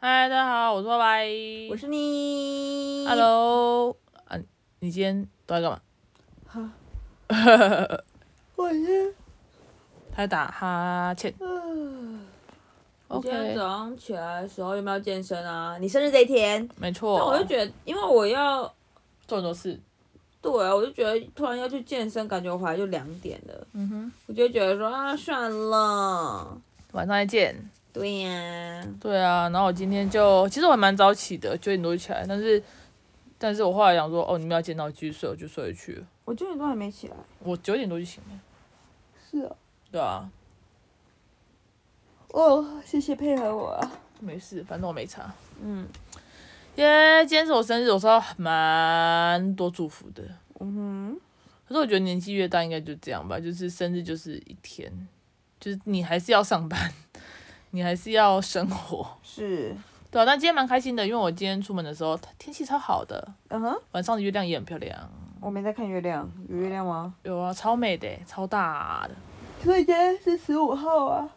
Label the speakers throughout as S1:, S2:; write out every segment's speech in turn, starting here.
S1: 嗨，大家好，我是拜拜。
S2: 我是你。
S1: Hello，嗯、你今天都在干嘛？
S2: 哈，我是
S1: 他在打哈欠。
S2: 我今天
S1: OK，
S2: 早上起来的时候有没有健身啊？你生日这一天，
S1: 没
S2: 但
S1: 错
S2: 我就。觉得，因为我要
S1: 做很多事。
S2: 对，啊我就觉得突然要去健身，感觉我回来就两点了，
S1: 嗯哼，
S2: 我就觉得说啊，算了。
S1: 晚上再见。
S2: 对呀、
S1: 对啊，然后我今天就其实我还蛮早起的，九点多就起来，但是但是我后来想说，哦，你们要见到继续睡，我就睡回去了。
S2: 我九点多还没起来。
S1: 我九点多就醒了。
S2: 是哦。
S1: 对啊，
S2: 哦，谢谢配合我啊。
S1: 没事，反正我没差。
S2: 嗯
S1: 耶、今天是我生日，我收到蛮多祝福的。
S2: 嗯
S1: 可是我觉得年纪越大，应该就这样吧，就是生日就是一天，就是你还是要上班，你还是要生活
S2: 哼，，是。
S1: 对啊。但今天蛮开心的，因为我今天出门的时候天气超好的，
S2: 嗯哼，
S1: 晚上的月亮也很漂亮，
S2: 我没在看月亮，有月亮吗？
S1: 有啊，超美的欸，超大的。
S2: 所以今天是十五号啊。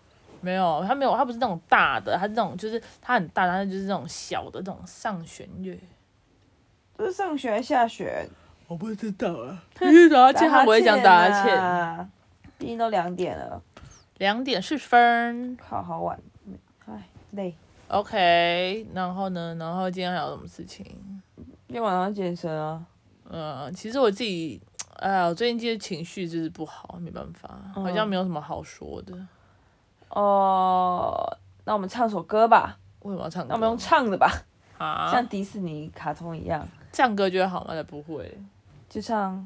S1: 没有，它没有，它不是那种大的，它是那种就是它很大，但是就是那种小的那种上弦月。
S2: 这是上学下学，
S1: 我不知道啊，因为打哈欠他不会讲打哈欠。
S2: 啊，毕竟都两点了，
S1: 两点四十分
S2: 好好晚，唉，累。
S1: ，OK。然后呢，然后今天还有什么事情？
S2: 今天晚上健身啊，
S1: 嗯，其实我自己，哎呀，我最近这些情绪就是不好，没办法，
S2: 嗯
S1: 好像没有什么好说的。
S2: 哦、那我们唱首歌吧，
S1: 为什么要唱歌？
S2: 那我们用唱的吧，
S1: 啊
S2: 像，迪士尼卡通一样，
S1: 唱歌觉得好吗？才不会。
S2: 就唱。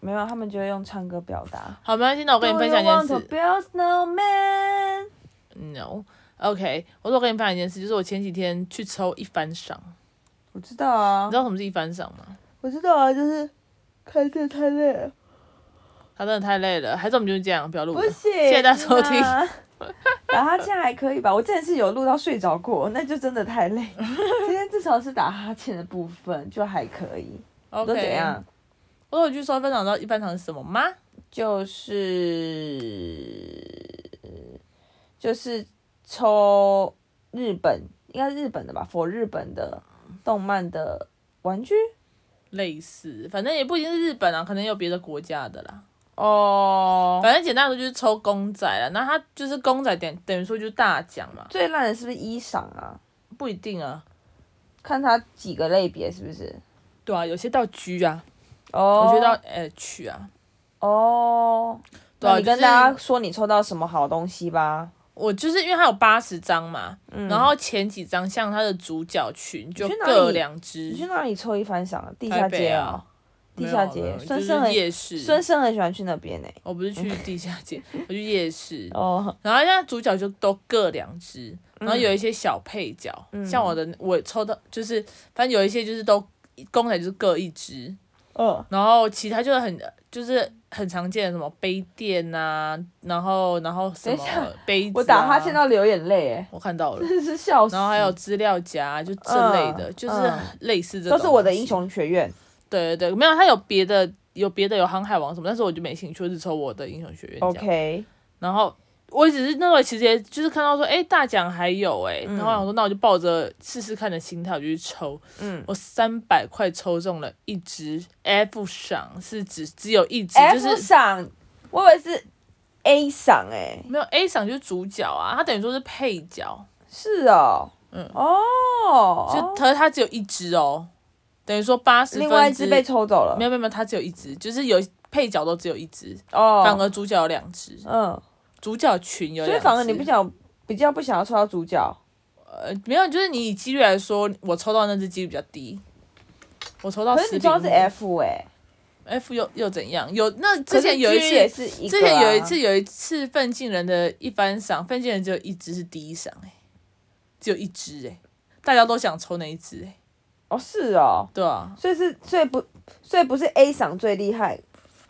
S2: 没有，他们就会用唱歌表达。
S1: 好，没关系，那我
S2: 我
S1: 跟你分享一件
S2: b
S1: 事。
S2: u i l snowman。
S1: No，OK，、我说我跟你分享一件事，就是我前几天去抽一番赏，
S2: 我知道啊
S1: 你知，道什么是一番赏吗？
S2: 我知道啊，就是开车太累了，
S1: 他真的太累了，还是我们就是这样，不要录
S2: 不
S1: 了。
S2: 行。
S1: 谢谢大家收 听
S2: 啊。打哈欠还可以吧，我之前是有录到睡着过，那就真的太 累。今天至少是打哈欠的部分就还可以。你都
S1: OK，
S2: 怎样？
S1: 我说我去抽一番赏，知道一番赏是什么吗？
S2: 就是就是抽日本，应该是日本的吧，佛日本的动漫的玩具
S1: 类似，反正也不一定是日本啊，可能有别的国家的啦。
S2: 哦。
S1: 反正简单来说就是抽公仔了，那它就是公仔等等于说就是大奖嘛，
S2: 最烂的是不是衣裳啊？
S1: 不一定啊，
S2: 看它几个类别是不是？
S1: 对啊，有些到 G 啊，
S2: 哦，
S1: 有些到 H 啊，
S2: 哦，
S1: 对啊
S2: 那你跟
S1: 就是
S2: 大家说你抽到什么好东西吧。
S1: 我就是因为它有八十张嘛，
S2: 嗯
S1: 然后前几张像它的主角群就
S2: 去哪里
S1: 各两
S2: 你去
S1: 只，
S2: 哪里抽一番赏啊？地
S1: 台
S2: 下
S1: 北
S2: 街
S1: 啊，，
S2: 地
S1: 没
S2: 下
S1: 有啊
S2: 街
S1: 没有，
S2: 孙
S1: 就是
S2: 生很
S1: 夜
S2: 孙
S1: 市，
S2: 生很喜欢去那边呢、
S1: 我不是去地下街，我去夜 市，啊
S2: 哦，
S1: 然后现在主角就都各两只，然后有一些小配角，像我的我抽到就是反正有一些就是都公仔就是各一只，
S2: 嗯，
S1: 然后其他就是很就是很常见的什么杯垫啊，然后然后什么
S2: 等一下
S1: 杯子、啊，
S2: 我打哈欠，到流眼泪、欸，
S1: 我看到了
S2: 哎，，真是笑死。
S1: 然后还有资料夹啊就这类的，
S2: 嗯
S1: 就是
S2: 嗯
S1: 类似这种，
S2: 都是我的英，雄学院，
S1: 对对对，没有它有别的有别的有航海王什么，但是我就没兴趣，我只抽我的英雄学院这样
S2: OK，
S1: 然后。我只是那个，其实也就是看到说，哎、大奖还有哎、然后我想说，那我就抱着试试看的心态，我就去抽。
S2: 嗯
S1: 我三百块抽中了一只 F 赏，是只只有一只，就
S2: ，F
S1: 是
S2: 赏，我以为是 A 赏，哎，
S1: 没有 A 赏就是主角啊，他等于说是配角，
S2: 是哦，
S1: 嗯
S2: 哦，
S1: 就可是他只有一只哦，等于说八十
S2: 另外一
S1: 分之
S2: 只被抽走了
S1: 没，有没有没有，他只有一只，就是有配角都只有一只，反
S2: 哦，
S1: 而主角有两只，
S2: 嗯，
S1: 主角群有
S2: 所以
S1: 两只。
S2: 反而你不想比较不想要抽到主角，
S1: 呃没有，就是你以几率来说，我抽到那只几率比较低，我抽到
S2: 可
S1: 十
S2: 是
S1: 比
S2: 你抽到
S1: 五
S2: 是 F 哎、
S1: F 又又怎样？有那
S2: 可
S1: 之
S2: 是
S1: 前有一
S2: G 也
S1: 次。
S2: 是一个、
S1: 之
S2: 啊，
S1: 前有一次，有一次奋进人的一番赏，奋进人只有一只是第一赏哎、只有一只哎、大家都想抽那一只哎、
S2: 哦，是哦，
S1: 对啊，
S2: 所以是所以不所以不是 A 赏最厉害，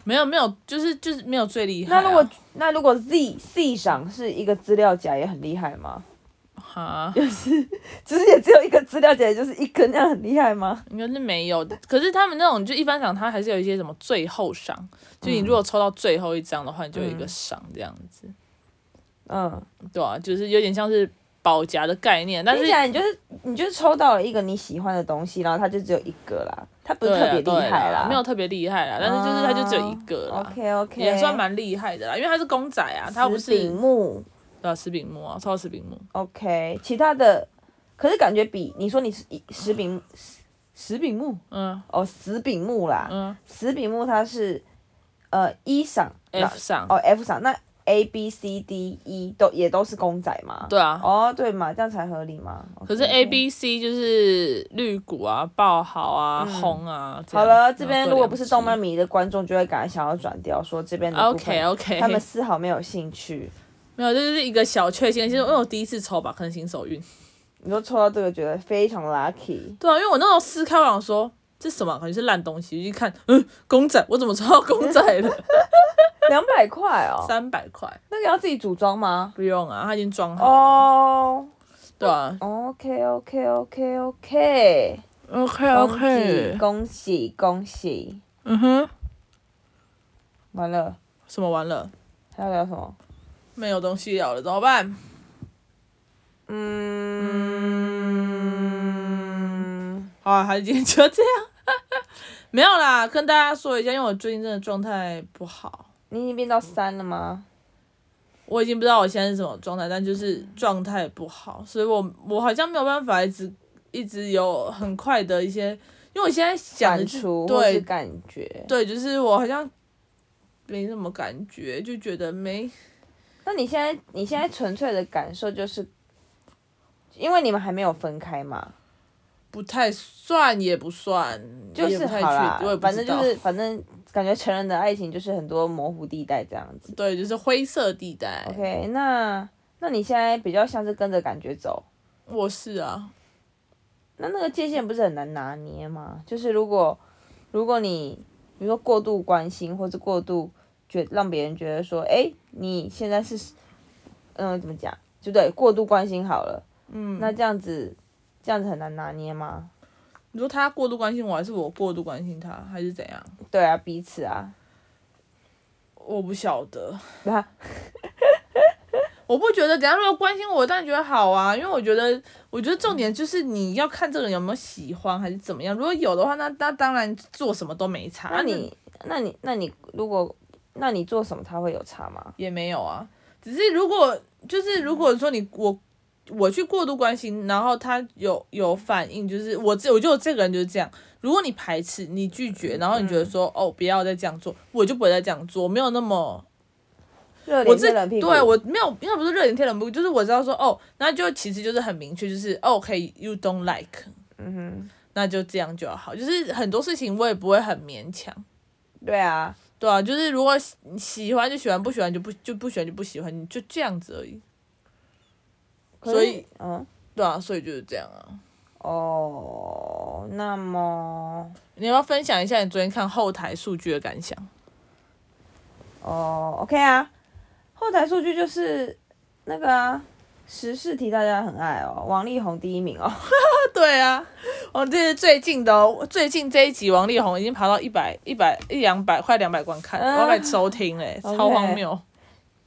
S1: 没有没有，就是就是没有最厉害啊、
S2: 那如果那如果 Z C 赏是一个资料夹也很厉害吗？
S1: 哈，
S2: 只是也只有一个资料夹，也就是一个那样很厉害吗？
S1: 应该是没有的。可是他们那种就一般赏，它还是有一些什么最后赏，就你如果抽到最后一张的话，你就有一个赏这样子，
S2: 嗯，
S1: 对啊，就是有点像是。保夹的概念，但
S2: 听
S1: 是
S2: 起来你就是你就是抽到了一个你喜欢的东西，然后它就只有一个啦，它不是
S1: 对
S2: 特
S1: 啊
S2: 别
S1: 对
S2: 厉害
S1: 啦
S2: 啦，啊
S1: 没有特别厉害啦，但是就是它就只有一个啦。
S2: OK OK，
S1: 也算蛮厉害的啦，因为它是公仔啊，它又不是
S2: 饼木
S1: 对啊，石饼木啊，抽到石饼木，
S2: OK，其他的可是感觉比你说你是一石饼石石饼木
S1: 嗯
S2: 哦死饼木啦，
S1: 嗯
S2: 死饼木它是呃一赏那
S1: ，F 上，
S2: 哦 F 赏那 A B C D E 都也都是公仔嘛，
S1: 对啊，
S2: 哦对嘛，这样才合理嘛。
S1: 可是
S2: OK，OK
S1: A B C 就是绿谷啊、爆豪啊、红啊。这
S2: 嗯好
S1: 样
S2: 了，这边如果不是动。
S1: 然
S2: 漫
S1: 后
S2: 迷的观众，就会赶快想要转掉，说这边的部分
S1: 啊 OK OK，
S2: 他们丝毫没有兴趣。
S1: 没有，就是一个小确幸，其实因为我第一次抽吧，可能新手运。
S2: 你说抽到这个，觉得非常 lucky，
S1: 对啊，因为我那时候撕开，我想说这什么，感觉是烂东西，一看，嗯，公仔，我怎么抽到公仔 了？
S2: 两百块哦，
S1: 三百块，
S2: 那个要自己组装吗？
S1: 不用啊，它已经装好了。
S2: 哦、
S1: 对啊
S2: o k OK OK OK，
S1: ，OK
S2: 恭喜恭喜恭喜！
S1: 嗯哼，
S2: 完了，
S1: 什么完了？
S2: 还要聊什么？
S1: 没有东西聊了，怎么办？
S2: 嗯，
S1: 好啊，还是今天就这样。 没有啦，跟大家说一下，因为我最近真的状态不好。
S2: 你已经变到三了吗？
S1: 我已经不知道我现在是什么状态，但就是
S2: 嗯
S1: 状态不好，所以我我好像没有办法一直一直有很快的一些，因为我现在想的
S2: 感
S1: 就是
S2: 触或是
S1: 对
S2: 感觉？
S1: 对，就是我好像没什么感觉，就觉得没
S2: 那你现在你现在纯粹的感受就是，因为你们还没有分开嘛，
S1: 不太算也不算，
S2: 就是
S1: 也不太
S2: 好啦
S1: 确，我也，不
S2: 反
S1: 知
S2: 正
S1: 道，
S2: 就是反正感觉成人的爱情就是很多模糊地带这样子。
S1: 对，就是灰色地带。
S2: OK，那那你现在比较像是跟着感觉走，
S1: 我是啊，
S2: 那那个界限不是很难拿捏吗？就是如果如果你比如说过度关心，或是过度觉让别人觉得说，哎、你现在是嗯、怎么讲，就对，过度关心好了，
S1: 嗯，
S2: 那这样子这样子很难拿捏吗？
S1: 你说他过度关心我，还是我过度关心他，还是怎样？
S2: 对啊，彼此啊，
S1: 我不晓得。
S2: 对啊，
S1: 我不觉得，等下如果关心我，当然觉得好啊，因为我觉得，我觉得重点就是你要看这个人有没有喜欢还是怎么样。如果有的话，那那当然做什么都没差。
S2: 那你那你那你如果那你做什么他会有差吗？
S1: 也没有啊，只是如果就是如果说你我我去过度关心，然后他有有反应，就是我这我就这个人就是这样。如果你排斥，你拒绝，然后你觉
S2: 嗯
S1: 得说、哦不要再这样做，我就不会再这样做，我没有那么
S2: 热
S1: 我
S2: 脸
S1: 这
S2: 贴冷屁股，
S1: 对我没有，因为不是热脸贴冷屁股，就是我知道说哦，那就其实就是很明确，就是哦 OK，you、don't like，
S2: 嗯哼，
S1: 那就这样就好。就是很多事情我也不会很勉强，
S2: 对啊，
S1: 对啊，就是如果喜喜欢就喜欢，不喜欢就不就不喜欢就不喜欢，你就这样子而已，
S2: 可
S1: 所
S2: 是
S1: 以
S2: 嗯
S1: 对啊，所以就是这样啊。
S2: 哦，那么
S1: 你要不要分享一下你昨天看后台数据的感想？
S2: 哦，OK 啊，后台数据就是那个啊，时事题大家很爱哦，王力宏第一名哦，
S1: 对啊，哦，这是最近的、哦，最近这一集王力宏已经爬到一百一百一两百快两百观看，
S2: 啊
S1: 两百收听嘞、超
S2: OK
S1: 荒谬。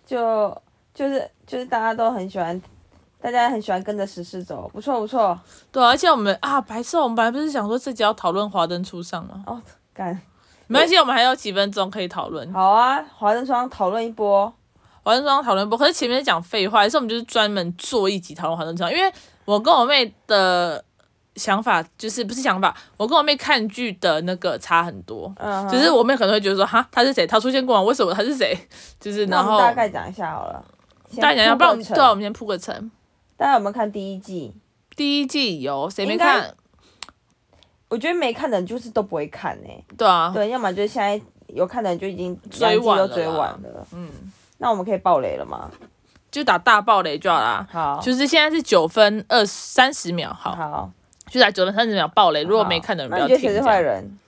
S2: 就就是就是大家都很喜欢，大家很喜欢跟着时事走，不错不错，
S1: 对啊、而且我们啊，白色，我们本来不是想说这集要讨论华灯初上吗？
S2: 哦，干
S1: 没关系，我们还有几分钟可以讨论。
S2: 好啊，华灯窗讨论一波。
S1: 华灯初上讨论不？可是前面讲废话，还是我们就是专门做一集讨论华灯初上？因为我跟我妹的想法就是不是想法，我跟我妹看剧的那个差很多。
S2: 嗯哼，
S1: 就是我妹可能会觉得说，哈，他是谁？他出现过吗？为什么他是谁？就是
S2: 那
S1: 然
S2: 我们
S1: 后
S2: 大概讲一下好了。先
S1: 大家要
S2: 铺
S1: 不然我们
S2: 个梗
S1: 对啊，我们先铺个层。
S2: 大家有没有看第一季？
S1: 第一季有谁没
S2: 应该
S1: 看？
S2: 我觉得没看的人就是都不会看呢、
S1: 对啊，
S2: 对，要么就是现在有看的人就已经
S1: 追
S2: 两季
S1: 完
S2: 都
S1: 了
S2: 追
S1: 啦
S2: 完了。
S1: 嗯，
S2: 那我们可以爆雷了吗？
S1: 就打大爆雷就好啦。
S2: 好，
S1: 就是现在是九分二三十秒，好，
S2: 好。
S1: 就在九分三十秒爆雷。如果
S2: 好
S1: 没看的人不
S2: 那
S1: 要
S2: 啊你觉
S1: 听。
S2: 得谁是
S1: 这样
S2: 坏人？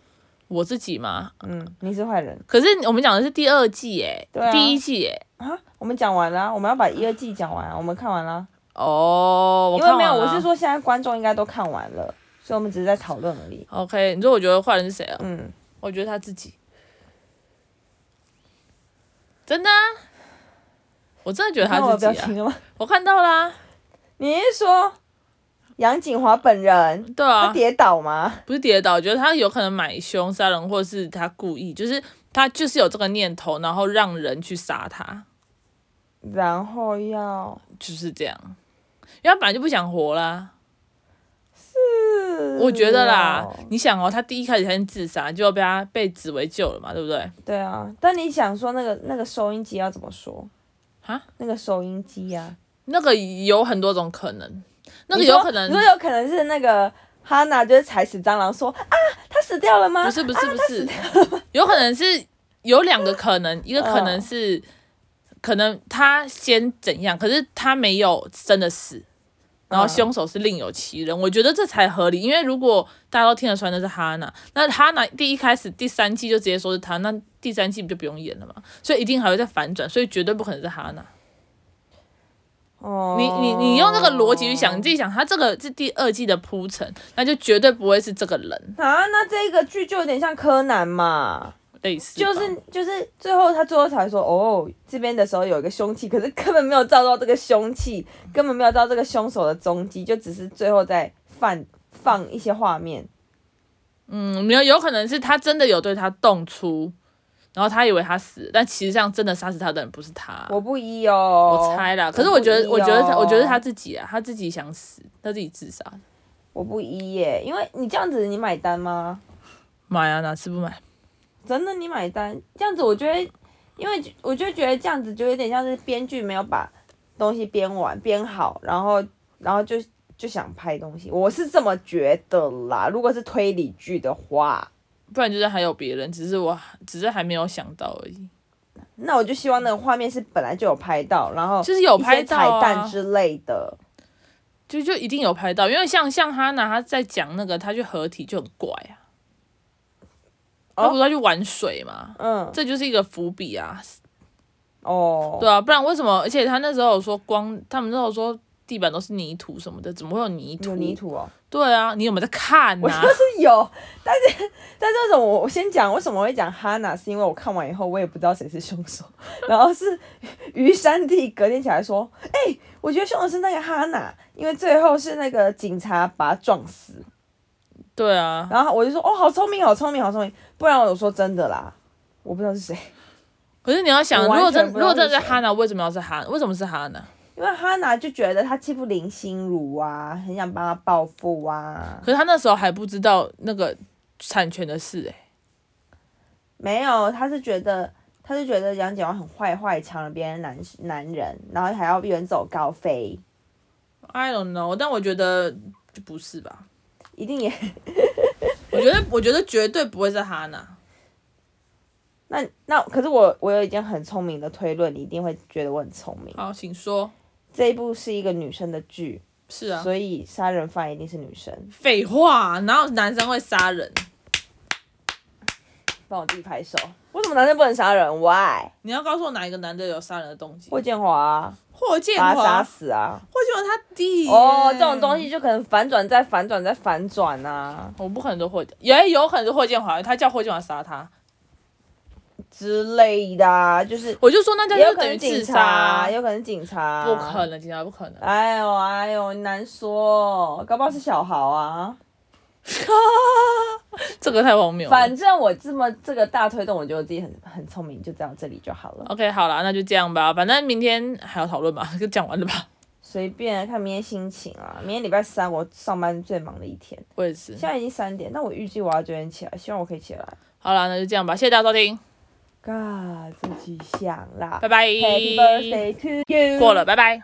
S1: 我自己嘛。
S2: 嗯，你是坏人
S1: 可是我们讲的是第二季耶，
S2: 对啊
S1: 第一季耶。
S2: 啊！我们讲完了，我们要把一二季讲完，我们看完了。
S1: 哦，我
S2: 因为
S1: 看
S2: 没有，
S1: 完
S2: 我
S1: 了
S2: 是说现在观众应该都看完了，所以我们只是在讨论而已。
S1: ，OK，你说我觉得坏人是谁啊？
S2: 嗯，
S1: 我觉得他自己，真的啊、我真的觉得
S2: 你看
S1: 他
S2: 我的
S1: 自
S2: 表
S1: 己啊，
S2: 情了吗？
S1: 我看到啦、
S2: 你你是说杨景华本人
S1: 对
S2: 他
S1: 啊，
S2: 跌倒吗？
S1: 不是跌倒，我觉得他有可能买凶杀人，或是他故意，就是他就是有这个念头，然后让人去杀他，
S2: 然后要
S1: 就是这样。因为他本来就不想活啦，
S2: 是啊
S1: 我觉得啦
S2: 哦，
S1: 你想哦，他第一开始先自杀，结果被他被紫薇救了嘛，对不对？
S2: 对啊，但你想说那个那个收音机要怎么说
S1: 啊？
S2: 那个收音机呀、
S1: 那个有很多种可能，那个
S2: 你说
S1: 有可能
S2: 你说有可能是那个哈娜就是踩死蟑螂说啊，他死掉了吗？
S1: 不是不是不是，有可能是有两个可能，一个
S2: 嗯
S1: 可能是可能他先怎样，可是他没有真的死，然后
S2: 嗯
S1: 凶手是另有其人，我觉得这才合理。因为如果大家都听得出来那是哈娜，那哈娜第一开始第三季就直接说是他，那第三季不就不用演了嘛？所以一定还会再反转，所以绝对不可能是哈娜。
S2: 哦
S1: 你你你用这个逻辑去想，你自己想，他这个是第二季的铺陈，那就绝对不会是这个人，
S2: 啊，那这个剧就有点像柯南嘛，
S1: 类似吧
S2: 就是就是最后他最后才说哦，这边的时候有一个凶器，可是根本没有照到这个凶器，根本没有照这个凶手的踪迹，就只是最后再放放一些画面。
S1: 嗯，没有，有可能是他真的有对他动粗，然后他以为他死，但其实上真的杀死他的人不是他，
S2: 我不依哦，
S1: 我猜啦。可是
S2: 不
S1: 我觉
S2: 依
S1: 得，我觉得他，
S2: 哦
S1: 我觉得他自己啊，他自己想死，他自己自杀。
S2: 我不依耶，因为你这样子你买单吗？
S1: 买啊，哪次不买？
S2: 真的你买单，这样子我觉得，因为我就觉得这样子就有点像是编剧没有把东西编完编好，然后然后就就想拍东西，我是这么觉得啦。如果是推理剧的话，
S1: 不然就是还有别人，只是我只是还没有想到而已。
S2: 那我就希望那个画面是本来就有拍到，然后
S1: 就是有
S2: 一些
S1: 拍到啊
S2: 彩蛋之类的。
S1: 就就一定有拍到，因为像像哈娜，他在讲那个他去合体就很怪啊，
S2: 哦
S1: 他不是要去玩水嘛，
S2: 嗯，
S1: 这就是一个伏笔啊，
S2: 哦，
S1: 对啊，不然为什么？而且他那时候有说光，他们那时候说地板都是泥土什么的，怎么会有泥土？
S2: 有泥土哦，
S1: 对啊，你有没有在看
S2: 我
S1: 呐、
S2: 就是有，但是但是为 什么我我先讲为什么我会讲哈娜，是因为我看完以后我也不知道谁是凶手，然后是于山地隔天起来说，哎、我觉得凶手是那个哈娜，因为最后是那个警察把他撞死，
S1: 对啊，
S2: 然后我就说哦，好聪明，好聪明，好聪明，不然我说真的啦，我不知道是谁，
S1: 可是你要想，
S2: 我
S1: 如
S2: 完
S1: 果真
S2: 全不
S1: 如
S2: 知
S1: 果
S2: 道
S1: 真的
S2: 是
S1: 是
S2: 谁
S1: 哈娜，为什么要是哈？为什么是哈娜？
S2: 因为哈娜就觉得他欺负林心如啊，很想帮他报复啊，
S1: 可是他那时候还不知道那个产权的事、欸，
S2: 没有，他是觉得他是觉得杨景华很坏坏，抢了别人男男人，然后还要远走高飞，
S1: i don't know，但我觉得就不是吧？
S2: 一定也
S1: 我觉得我觉得绝对不会是哈娜，
S2: 那那可是我我有一件很聪明的推论，你一定会觉得我很聪明。
S1: 好，请说。
S2: 这一部是一个女生的剧，
S1: 是啊，
S2: 所以杀人犯一定是女生。
S1: 废话，哪有男生会杀人？
S2: 帮我自己拍手，为什么男生不能杀人？Why？
S1: 你要告诉我哪一个男的有杀人的动机？
S2: 霍建华啊、
S1: 霍建
S2: 把他
S1: 华
S2: 杀，死啊！
S1: 霍建华他弟
S2: 哦，
S1: 耶
S2: 这种东西就可能反转再反转再反转啊
S1: 我不可能都霍，也有可能是霍建华，他叫霍建华杀他，
S2: 之类的啊，就是
S1: 我就说那这
S2: 也有
S1: 样就
S2: 可
S1: 等
S2: 能
S1: 于
S2: 警
S1: 自
S2: 察啊，
S1: 杀，
S2: 也有可能警察啊，
S1: 不可能，警察不可能，
S2: 哎呦哎呦，难说哦，搞不好是小豪啊。
S1: 这个太荒谬了。
S2: 反正我这么这个大推动，我觉得我自己很很聪明，就到这里就好了。
S1: OK，好啦，那就这样吧，反正明天还要讨论吧， 就讲完了吧。
S2: 随便看明天心情啊，明天礼拜三我上班最忙的一天，
S1: 我也是
S2: 现。在已经三点，那我预计我要九点起来，希望我可以起来。
S1: 好啦，那就这样吧，谢谢大家收听，
S2: God，自己想啦。
S1: 拜拜。
S2: Happy birthday to you。
S1: 过了，拜拜。